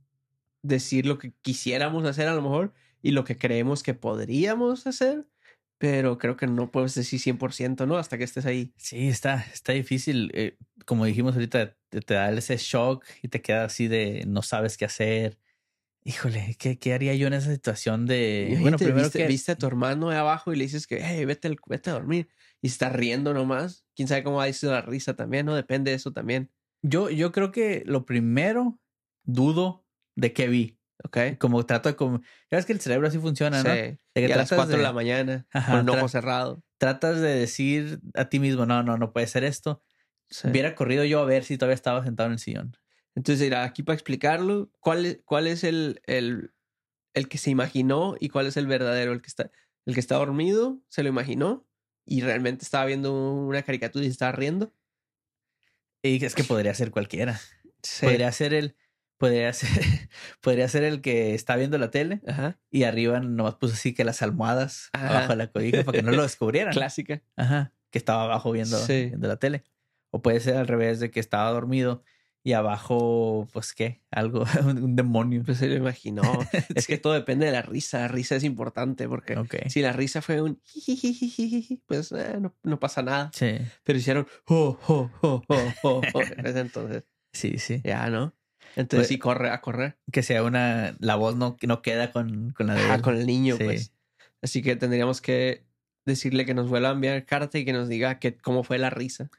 [SPEAKER 1] decir lo que quisiéramos hacer a lo mejor y lo que creemos que podríamos hacer, pero creo que no puedes decir 100%, ¿no? Hasta que estés ahí.
[SPEAKER 2] Sí, está, está difícil. eh, como dijimos ahorita, te, te da ese shock y te queda así de no sabes qué hacer. Híjole, ¿qué, qué haría yo en esa situación de...
[SPEAKER 1] Imagínate,
[SPEAKER 2] Eh, Bueno, primero
[SPEAKER 1] viste,
[SPEAKER 2] que...
[SPEAKER 1] viste a tu hermano ahí abajo y le dices que, hey, vete, al- vete a dormir. Y está riendo nomás. Quién sabe cómo ha sido la risa también, ¿no? Depende de eso también.
[SPEAKER 2] Yo, yo creo que lo primero dudo de qué vi.
[SPEAKER 1] ¿Ok?
[SPEAKER 2] Como trato de... com- Ya ves que el cerebro así funciona,
[SPEAKER 1] Sí.
[SPEAKER 2] ¿no? De que
[SPEAKER 1] Y a las
[SPEAKER 2] tratas
[SPEAKER 1] 4 de
[SPEAKER 2] de-
[SPEAKER 1] la mañana,
[SPEAKER 2] Ajá,
[SPEAKER 1] con el
[SPEAKER 2] tra-
[SPEAKER 1] ojo cerrado.
[SPEAKER 2] Tratas de decir a ti mismo, no, no, no puede ser esto.
[SPEAKER 1] Sí.
[SPEAKER 2] Hubiera corrido yo a ver si todavía estaba sentado en el sillón.
[SPEAKER 1] Entonces, mira, aquí para explicarlo, ¿cuál es, cuál es el, el, el que se imaginó y cuál es el verdadero? El que, está, el que está dormido se lo imaginó y realmente estaba viendo una caricatura y se estaba riendo.
[SPEAKER 2] Y es que podría ser cualquiera.
[SPEAKER 1] Sí.
[SPEAKER 2] Podría ser el, Podría ser, podría ser el que está viendo la tele
[SPEAKER 1] Ajá.
[SPEAKER 2] y arriba nomás puso así que las almohadas
[SPEAKER 1] Ajá.
[SPEAKER 2] abajo de la cobija para que no lo descubrieran.
[SPEAKER 1] Clásica.
[SPEAKER 2] Ajá, que estaba abajo viendo,
[SPEAKER 1] Sí.
[SPEAKER 2] viendo la tele. O puede ser al revés de que estaba dormido y abajo, pues qué, algo, un, un demonio.
[SPEAKER 1] Pues se lo imaginó. Es que todo depende de la risa. La risa es importante porque
[SPEAKER 2] Ok.
[SPEAKER 1] si la risa fue un jijijijiji, pues eh, no, no pasa nada.
[SPEAKER 2] Sí,
[SPEAKER 1] Pero hicieron oh, jo, jo, jo, jo, jo, jo. Desde entonces
[SPEAKER 2] sí, sí.
[SPEAKER 1] ya, ¿no? Entonces
[SPEAKER 2] Pues-
[SPEAKER 1] sí corre a correr
[SPEAKER 2] Que sea una, la voz no, no queda con, con la de...
[SPEAKER 1] Ajá,
[SPEAKER 2] él.
[SPEAKER 1] con el niño,
[SPEAKER 2] Sí.
[SPEAKER 1] pues. Así que tendríamos que decirle que nos vuelva a enviar carta y que nos diga que, cómo fue la risa.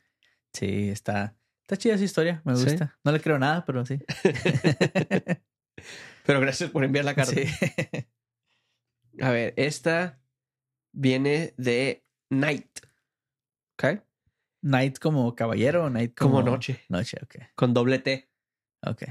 [SPEAKER 2] Sí, está, está chida esa historia, me
[SPEAKER 1] Sí.
[SPEAKER 2] gusta. No le creo nada, pero sí.
[SPEAKER 1] Pero gracias por enviar la carta.
[SPEAKER 2] Sí.
[SPEAKER 1] A ver, esta viene de Night. ¿Ok?
[SPEAKER 2] Night como caballero o night como...
[SPEAKER 1] Como noche.
[SPEAKER 2] Noche, ok.
[SPEAKER 1] Con doble T.
[SPEAKER 2] Ok.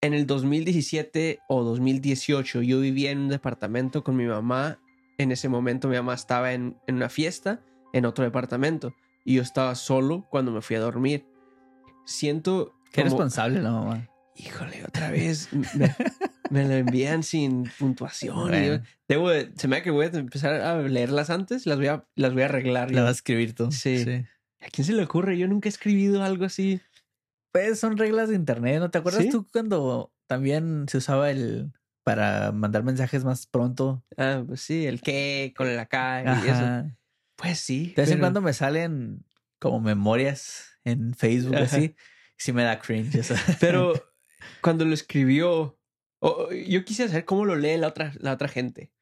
[SPEAKER 1] En el 2017 o 2018 yo vivía en un departamento con mi mamá. En ese momento mi mamá estaba en, en una fiesta en otro departamento y yo estaba solo cuando me fui a dormir. Siento
[SPEAKER 2] Qué
[SPEAKER 1] como-
[SPEAKER 2] responsable la mamá.
[SPEAKER 1] Híjole, otra vez me, me lo envían sin puntuación. y yo-
[SPEAKER 2] Bueno,
[SPEAKER 1] debo de- se me da que voy a empezar a leerlas antes, las voy a, las voy a arreglar.
[SPEAKER 2] la
[SPEAKER 1] yo.
[SPEAKER 2] vas a escribir tú.
[SPEAKER 1] Sí. ¿A quién se le ocurre? Yo nunca he escribido algo así.
[SPEAKER 2] Pues son reglas de internet, ¿no? ¿Te acuerdas
[SPEAKER 1] Sí.
[SPEAKER 2] tú cuando también se usaba el para mandar mensajes más pronto?
[SPEAKER 1] Ah, pues sí, el qué con el acá y eso.
[SPEAKER 2] Ajá.
[SPEAKER 1] Pues sí.
[SPEAKER 2] De vez en
[SPEAKER 1] pero-
[SPEAKER 2] cuando me salen como memorias en Facebook
[SPEAKER 1] Ajá.
[SPEAKER 2] así. Sí me da cringe eso.
[SPEAKER 1] Pero cuando lo escribió, o- o- yo quise saber cómo lo lee la otra, la otra gente.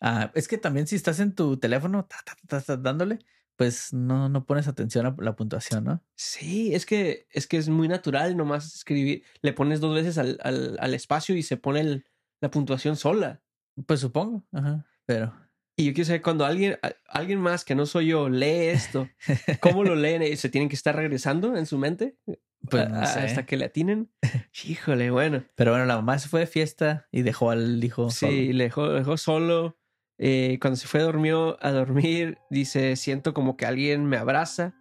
[SPEAKER 2] Ah, es que también si estás en tu teléfono ta, ta, ta, ta, ta, dándole, pues no, no pones atención a la puntuación, ¿no?
[SPEAKER 1] Sí, es que es que es muy natural nomás escribir. Le pones dos veces al, al- al espacio y se pone el- la puntuación sola.
[SPEAKER 2] Pues supongo. Ajá. Pero
[SPEAKER 1] Y yo quiero saber cuando alguien, a- alguien más que no soy yo lee esto, ¿cómo lo leen? Eh, ¿Se tienen que estar regresando en su mente
[SPEAKER 2] pues
[SPEAKER 1] A-
[SPEAKER 2] no
[SPEAKER 1] a-
[SPEAKER 2] sé.
[SPEAKER 1] Ah, hasta que le atinen? Híjole, bueno.
[SPEAKER 2] Pero bueno, la mamá se fue de fiesta y dejó al hijo.
[SPEAKER 1] Sí,
[SPEAKER 2] solo.
[SPEAKER 1] le dejó, lo dejó solo. Eh, cuando se fue durmió a dormir, dice, siento como que alguien me abraza.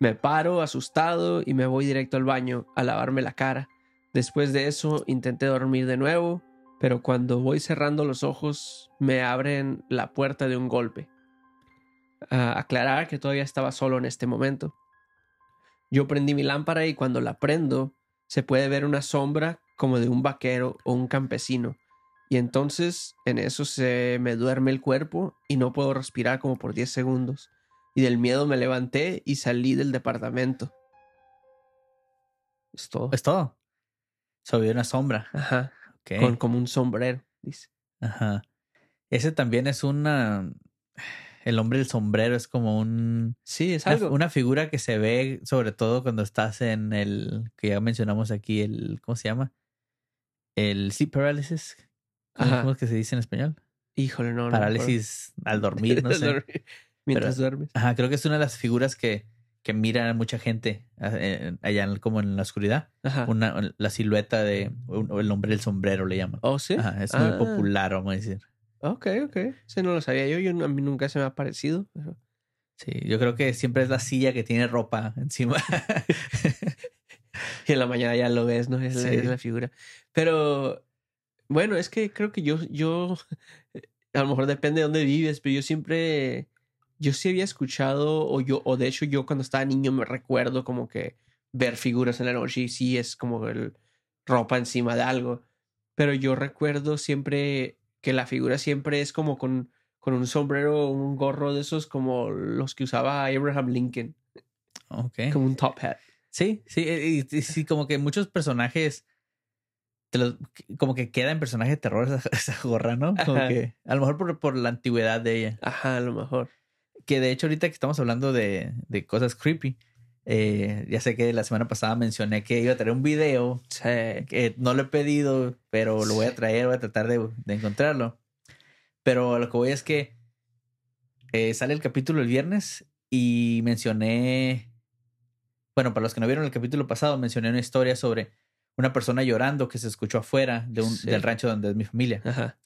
[SPEAKER 1] Me paro asustado y me voy directo al baño a lavarme la cara. Después de eso intenté dormir de nuevo, pero cuando voy cerrando los ojos me abren la puerta de un golpe. A aclarar que todavía estaba solo en este momento. Yo prendí mi lámpara y cuando la prendo se puede ver una sombra como de un vaquero o un campesino. Y entonces en eso se me duerme el cuerpo y no puedo respirar como por 10 segundos. Y del miedo me levanté y salí del departamento. Es todo.
[SPEAKER 2] Es todo. Se vio una sombra.
[SPEAKER 1] Ajá.
[SPEAKER 2] Ok.
[SPEAKER 1] Con como un sombrero, dice.
[SPEAKER 2] Ajá. Ese también es una. El hombre del sombrero es como un.
[SPEAKER 1] Sí, es
[SPEAKER 2] Una,
[SPEAKER 1] algo.
[SPEAKER 2] una figura que se ve, sobre todo cuando estás en el. que ya mencionamos aquí, el. ¿Cómo se llama? El sleep paralysis. ¿Cómo,
[SPEAKER 1] Ajá.
[SPEAKER 2] cómo es que se dice en español?
[SPEAKER 1] Híjole, no. no me acuerdo.
[SPEAKER 2] Parálisis al dormir, no sé.
[SPEAKER 1] Dormir. Mientras duermes.
[SPEAKER 2] Ajá, creo que es una de las figuras que, que mira a mucha gente ah, eh, allá en- como en la oscuridad.
[SPEAKER 1] Ajá.
[SPEAKER 2] Una, la silueta de. un- o el hombre del sombrero le llaman.
[SPEAKER 1] ¿Oh, sí?
[SPEAKER 2] Ajá, es muy
[SPEAKER 1] Ah,
[SPEAKER 2] popular, vamos a decir.
[SPEAKER 1] Ok, ok. Ese no lo sabía yo. yo no- a mí nunca se me ha parecido. pero-
[SPEAKER 2] Sí, yo creo que siempre es la silla que tiene ropa encima.
[SPEAKER 1] Y en la mañana ya lo ves, ¿no? Es, la,
[SPEAKER 2] Sí.
[SPEAKER 1] es la figura. Pero bueno, es que creo que yo, yo, a lo mejor depende de dónde vives, pero yo siempre, yo sí había escuchado, o yo, o de hecho yo cuando estaba niño me recuerdo como que ver figuras en la noche y sí es como el ropa encima de algo. Pero yo recuerdo siempre que la figura siempre es como con, con un sombrero o un gorro de esos como los que usaba Abraham Lincoln,
[SPEAKER 2] ok.
[SPEAKER 1] como un top hat.
[SPEAKER 2] Sí, sí, eh, y- y- y sí, como que muchos personajes, te los- como que queda en personaje de terror esa, esa gorra, ¿no? Como
[SPEAKER 1] Ajá.
[SPEAKER 2] que, a lo mejor por, por la antigüedad de ella.
[SPEAKER 1] Ajá, a lo mejor.
[SPEAKER 2] Que de hecho ahorita que estamos hablando de, de cosas creepy, eh, ya sé que la semana pasada mencioné que iba a traer un video
[SPEAKER 1] Sí.
[SPEAKER 2] que no lo he pedido, pero lo voy a
[SPEAKER 1] Sí.
[SPEAKER 2] traer, voy a tratar de, de encontrarlo. Pero lo que voy es que eh, sale el capítulo el viernes y mencioné, bueno, para los que no vieron el capítulo pasado, mencioné una historia sobre una persona llorando que se escuchó afuera de un-
[SPEAKER 1] Sí.
[SPEAKER 2] del rancho donde es mi familia.
[SPEAKER 1] Ajá.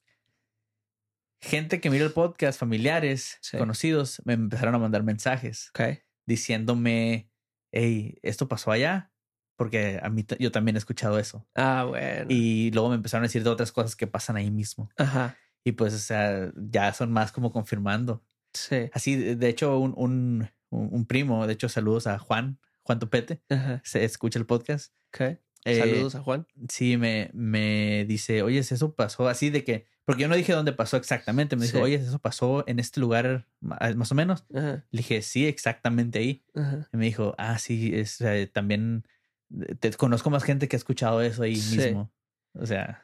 [SPEAKER 2] Gente que mira el podcast, familiares,
[SPEAKER 1] Sí.
[SPEAKER 2] conocidos, me empezaron a mandar mensajes
[SPEAKER 1] Okay.
[SPEAKER 2] diciéndome, hey, esto pasó allá, Porque a mí t- yo también he escuchado eso.
[SPEAKER 1] Ah, bueno.
[SPEAKER 2] Y luego me empezaron a decir de otras cosas que pasan ahí mismo.
[SPEAKER 1] Ajá.
[SPEAKER 2] Y pues, o sea, ya son más como confirmando.
[SPEAKER 1] Sí.
[SPEAKER 2] Así, de de hecho, un, un, un- un primo, de hecho, saludos a Juan, Juan Topete,
[SPEAKER 1] Ajá.
[SPEAKER 2] se escucha el podcast.
[SPEAKER 1] Ok.
[SPEAKER 2] Eh,
[SPEAKER 1] Saludos a Juan.
[SPEAKER 2] Sí, me, me dice, oye, eso pasó así de que, porque yo no dije dónde pasó exactamente, me dijo,
[SPEAKER 1] Sí.
[SPEAKER 2] oye, eso pasó en este lugar ma- más o menos.
[SPEAKER 1] Ajá.
[SPEAKER 2] Le dije, sí, exactamente ahí.
[SPEAKER 1] Ajá.
[SPEAKER 2] Y me dijo, ah, sí, es, eh, también eh, te conozco más gente que ha escuchado eso ahí
[SPEAKER 1] Sí.
[SPEAKER 2] mismo. O sea,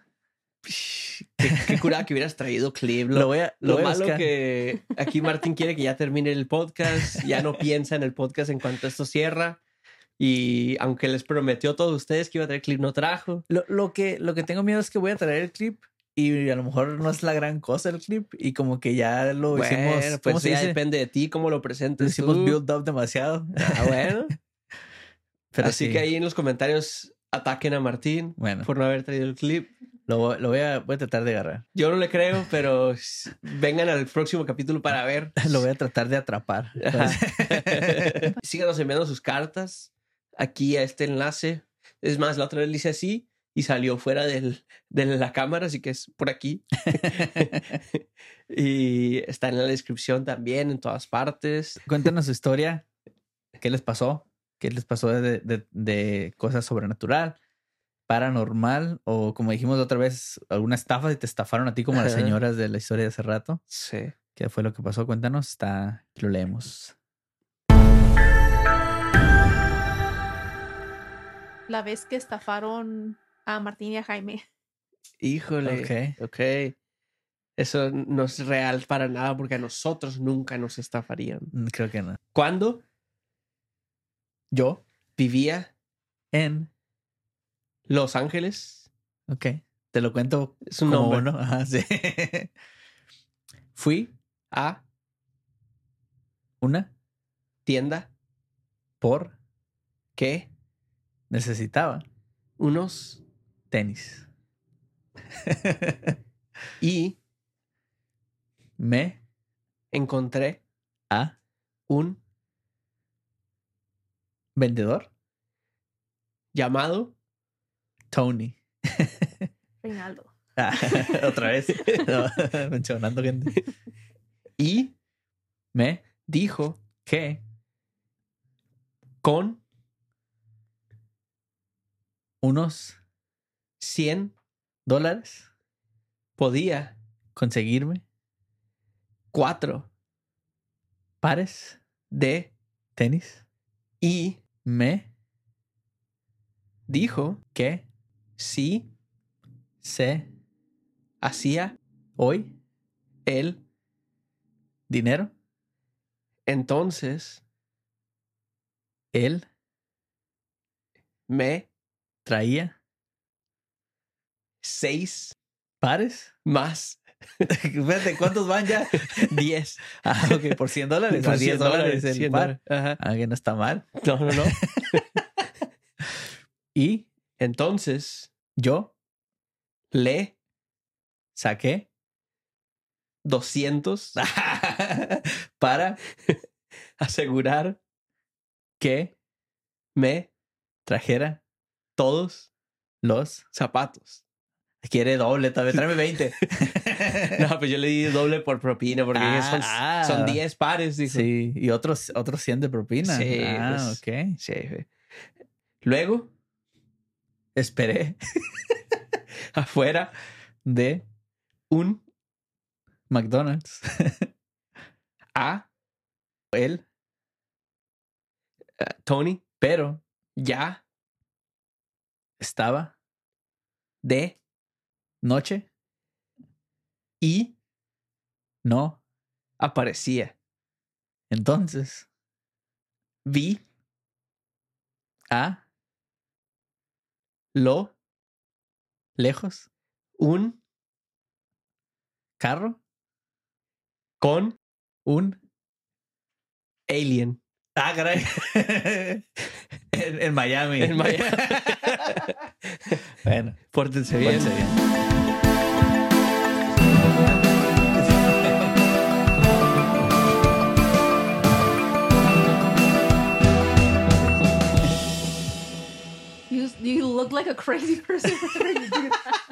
[SPEAKER 1] Qué, qué curada que hubieras traído clip.
[SPEAKER 2] lo,
[SPEAKER 1] Lo,
[SPEAKER 2] voy a, lo
[SPEAKER 1] lo
[SPEAKER 2] voy a
[SPEAKER 1] malo
[SPEAKER 2] buscar.
[SPEAKER 1] que aquí Martín quiere que ya termine el podcast, ya no piensa en el podcast en cuanto esto cierra. Y aunque les prometió a todos ustedes que iba a traer clip, no trajo.
[SPEAKER 2] Lo, lo que lo que tengo miedo es que voy a traer el clip y a lo mejor no es la gran cosa el clip y como que ya lo
[SPEAKER 1] Bueno,
[SPEAKER 2] hicimos, ¿cómo
[SPEAKER 1] pues
[SPEAKER 2] se
[SPEAKER 1] ya
[SPEAKER 2] dice?
[SPEAKER 1] depende de ti cómo lo
[SPEAKER 2] Lo
[SPEAKER 1] presentes.
[SPEAKER 2] hicimos
[SPEAKER 1] tú.
[SPEAKER 2] build up demasiado.
[SPEAKER 1] Ah, bueno.
[SPEAKER 2] Pero
[SPEAKER 1] Así
[SPEAKER 2] sí,
[SPEAKER 1] que ahí en los comentarios ataquen a Martín
[SPEAKER 2] bueno,
[SPEAKER 1] por no haber traído el clip.
[SPEAKER 2] lo, voy- lo voy a voy a tratar de agarrar.
[SPEAKER 1] Yo no le creo, pero s- vengan al próximo capítulo para ver.
[SPEAKER 2] Lo voy a tratar de atrapar.
[SPEAKER 1] Ajá. Síganos enviando sus cartas aquí a este enlace. Es más, la otra vez le hice así y salió fuera del- de la cámara, así que es por aquí. y está en la descripción también, en todas partes.
[SPEAKER 2] Cuéntanos su historia. ¿Qué les pasó? ¿Qué les pasó de, de- de cosas sobrenatural, paranormal o como dijimos otra vez, alguna estafa si te estafaron a ti como a las
[SPEAKER 1] Ajá.
[SPEAKER 2] señoras de la historia de hace rato?
[SPEAKER 1] Sí.
[SPEAKER 2] ¿Qué fue lo que pasó? Cuéntanos, está, lo leemos.
[SPEAKER 3] La vez que estafaron a Martín y a Jaime.
[SPEAKER 1] Híjole.
[SPEAKER 2] Ok.
[SPEAKER 1] ok. Eso no es real para nada porque a nosotros nunca nos estafarían.
[SPEAKER 2] Mm, Creo que no.
[SPEAKER 1] ¿Cuándo
[SPEAKER 2] Yo
[SPEAKER 1] vivía
[SPEAKER 2] en.
[SPEAKER 1] Los Ángeles?
[SPEAKER 2] Ok. Te lo cuento
[SPEAKER 1] Es un
[SPEAKER 2] como
[SPEAKER 1] nombre.
[SPEAKER 2] uno. Ajá, sí. Fui
[SPEAKER 1] A
[SPEAKER 2] una
[SPEAKER 1] tienda
[SPEAKER 2] por
[SPEAKER 1] que
[SPEAKER 2] necesitaba
[SPEAKER 1] unos
[SPEAKER 2] tenis.
[SPEAKER 1] y
[SPEAKER 2] Me
[SPEAKER 1] encontré
[SPEAKER 2] a
[SPEAKER 1] un
[SPEAKER 2] vendedor
[SPEAKER 1] llamado
[SPEAKER 2] Tony.
[SPEAKER 3] Reinaldo.
[SPEAKER 2] Ah, Otra vez. No, mencionando gente.
[SPEAKER 1] y
[SPEAKER 2] Me
[SPEAKER 1] dijo
[SPEAKER 2] que
[SPEAKER 1] con
[SPEAKER 2] unos
[SPEAKER 1] 100
[SPEAKER 2] dólares
[SPEAKER 1] podía
[SPEAKER 2] conseguirme
[SPEAKER 1] cuatro
[SPEAKER 2] pares
[SPEAKER 1] de
[SPEAKER 2] tenis.
[SPEAKER 1] y
[SPEAKER 2] Me
[SPEAKER 1] dijo
[SPEAKER 2] que
[SPEAKER 1] si
[SPEAKER 2] se
[SPEAKER 1] hacía
[SPEAKER 2] hoy
[SPEAKER 1] él
[SPEAKER 2] dinero.
[SPEAKER 1] entonces
[SPEAKER 2] Él
[SPEAKER 1] me
[SPEAKER 2] traía
[SPEAKER 1] seis
[SPEAKER 2] pares.
[SPEAKER 1] más
[SPEAKER 2] Espérate, ¿cuántos van ya?
[SPEAKER 1] 10
[SPEAKER 2] Ah, ok, por 100 dólares.
[SPEAKER 1] Por
[SPEAKER 2] a 10 dólares el
[SPEAKER 1] 100
[SPEAKER 2] par.
[SPEAKER 1] Pues dólares. Ajá.
[SPEAKER 2] Ah, que no está mal.
[SPEAKER 1] No, no, no.
[SPEAKER 2] Y
[SPEAKER 1] Entonces
[SPEAKER 2] yo
[SPEAKER 1] le
[SPEAKER 2] saqué
[SPEAKER 1] 200
[SPEAKER 2] para
[SPEAKER 1] asegurar
[SPEAKER 2] que
[SPEAKER 1] me
[SPEAKER 2] trajera
[SPEAKER 1] todos
[SPEAKER 2] los.
[SPEAKER 1] zapatos.
[SPEAKER 2] Quiere doble, tal vez tráeme 20.
[SPEAKER 1] No, pues yo le di doble por propina porque
[SPEAKER 2] Ah,
[SPEAKER 1] son-
[SPEAKER 2] ah.
[SPEAKER 1] son 10 pares, dijo.
[SPEAKER 2] Sí, y otros, otros 100 de propina.
[SPEAKER 1] Sí,
[SPEAKER 2] ah,
[SPEAKER 1] pues.
[SPEAKER 2] ok.
[SPEAKER 1] Sí, güey. Luego,
[SPEAKER 2] Esperé
[SPEAKER 1] afuera,
[SPEAKER 2] de
[SPEAKER 1] un
[SPEAKER 2] McDonald's.
[SPEAKER 1] A,
[SPEAKER 2] Él,
[SPEAKER 1] eh, Tony,
[SPEAKER 2] pero
[SPEAKER 1] ya
[SPEAKER 2] estaba
[SPEAKER 1] de
[SPEAKER 2] noche,
[SPEAKER 1] y
[SPEAKER 2] no.
[SPEAKER 1] aparecía.
[SPEAKER 2] Entonces,
[SPEAKER 1] Vi,
[SPEAKER 2] a
[SPEAKER 1] lo,
[SPEAKER 2] lejos,
[SPEAKER 1] un,
[SPEAKER 2] carro,
[SPEAKER 1] con,
[SPEAKER 2] un
[SPEAKER 1] alien.
[SPEAKER 2] Ah, caray. en, en Miami.
[SPEAKER 1] En Miami.
[SPEAKER 2] bueno,
[SPEAKER 1] Pórtense bien.
[SPEAKER 2] pórtense bien.
[SPEAKER 3] like a crazy person for trying to do that.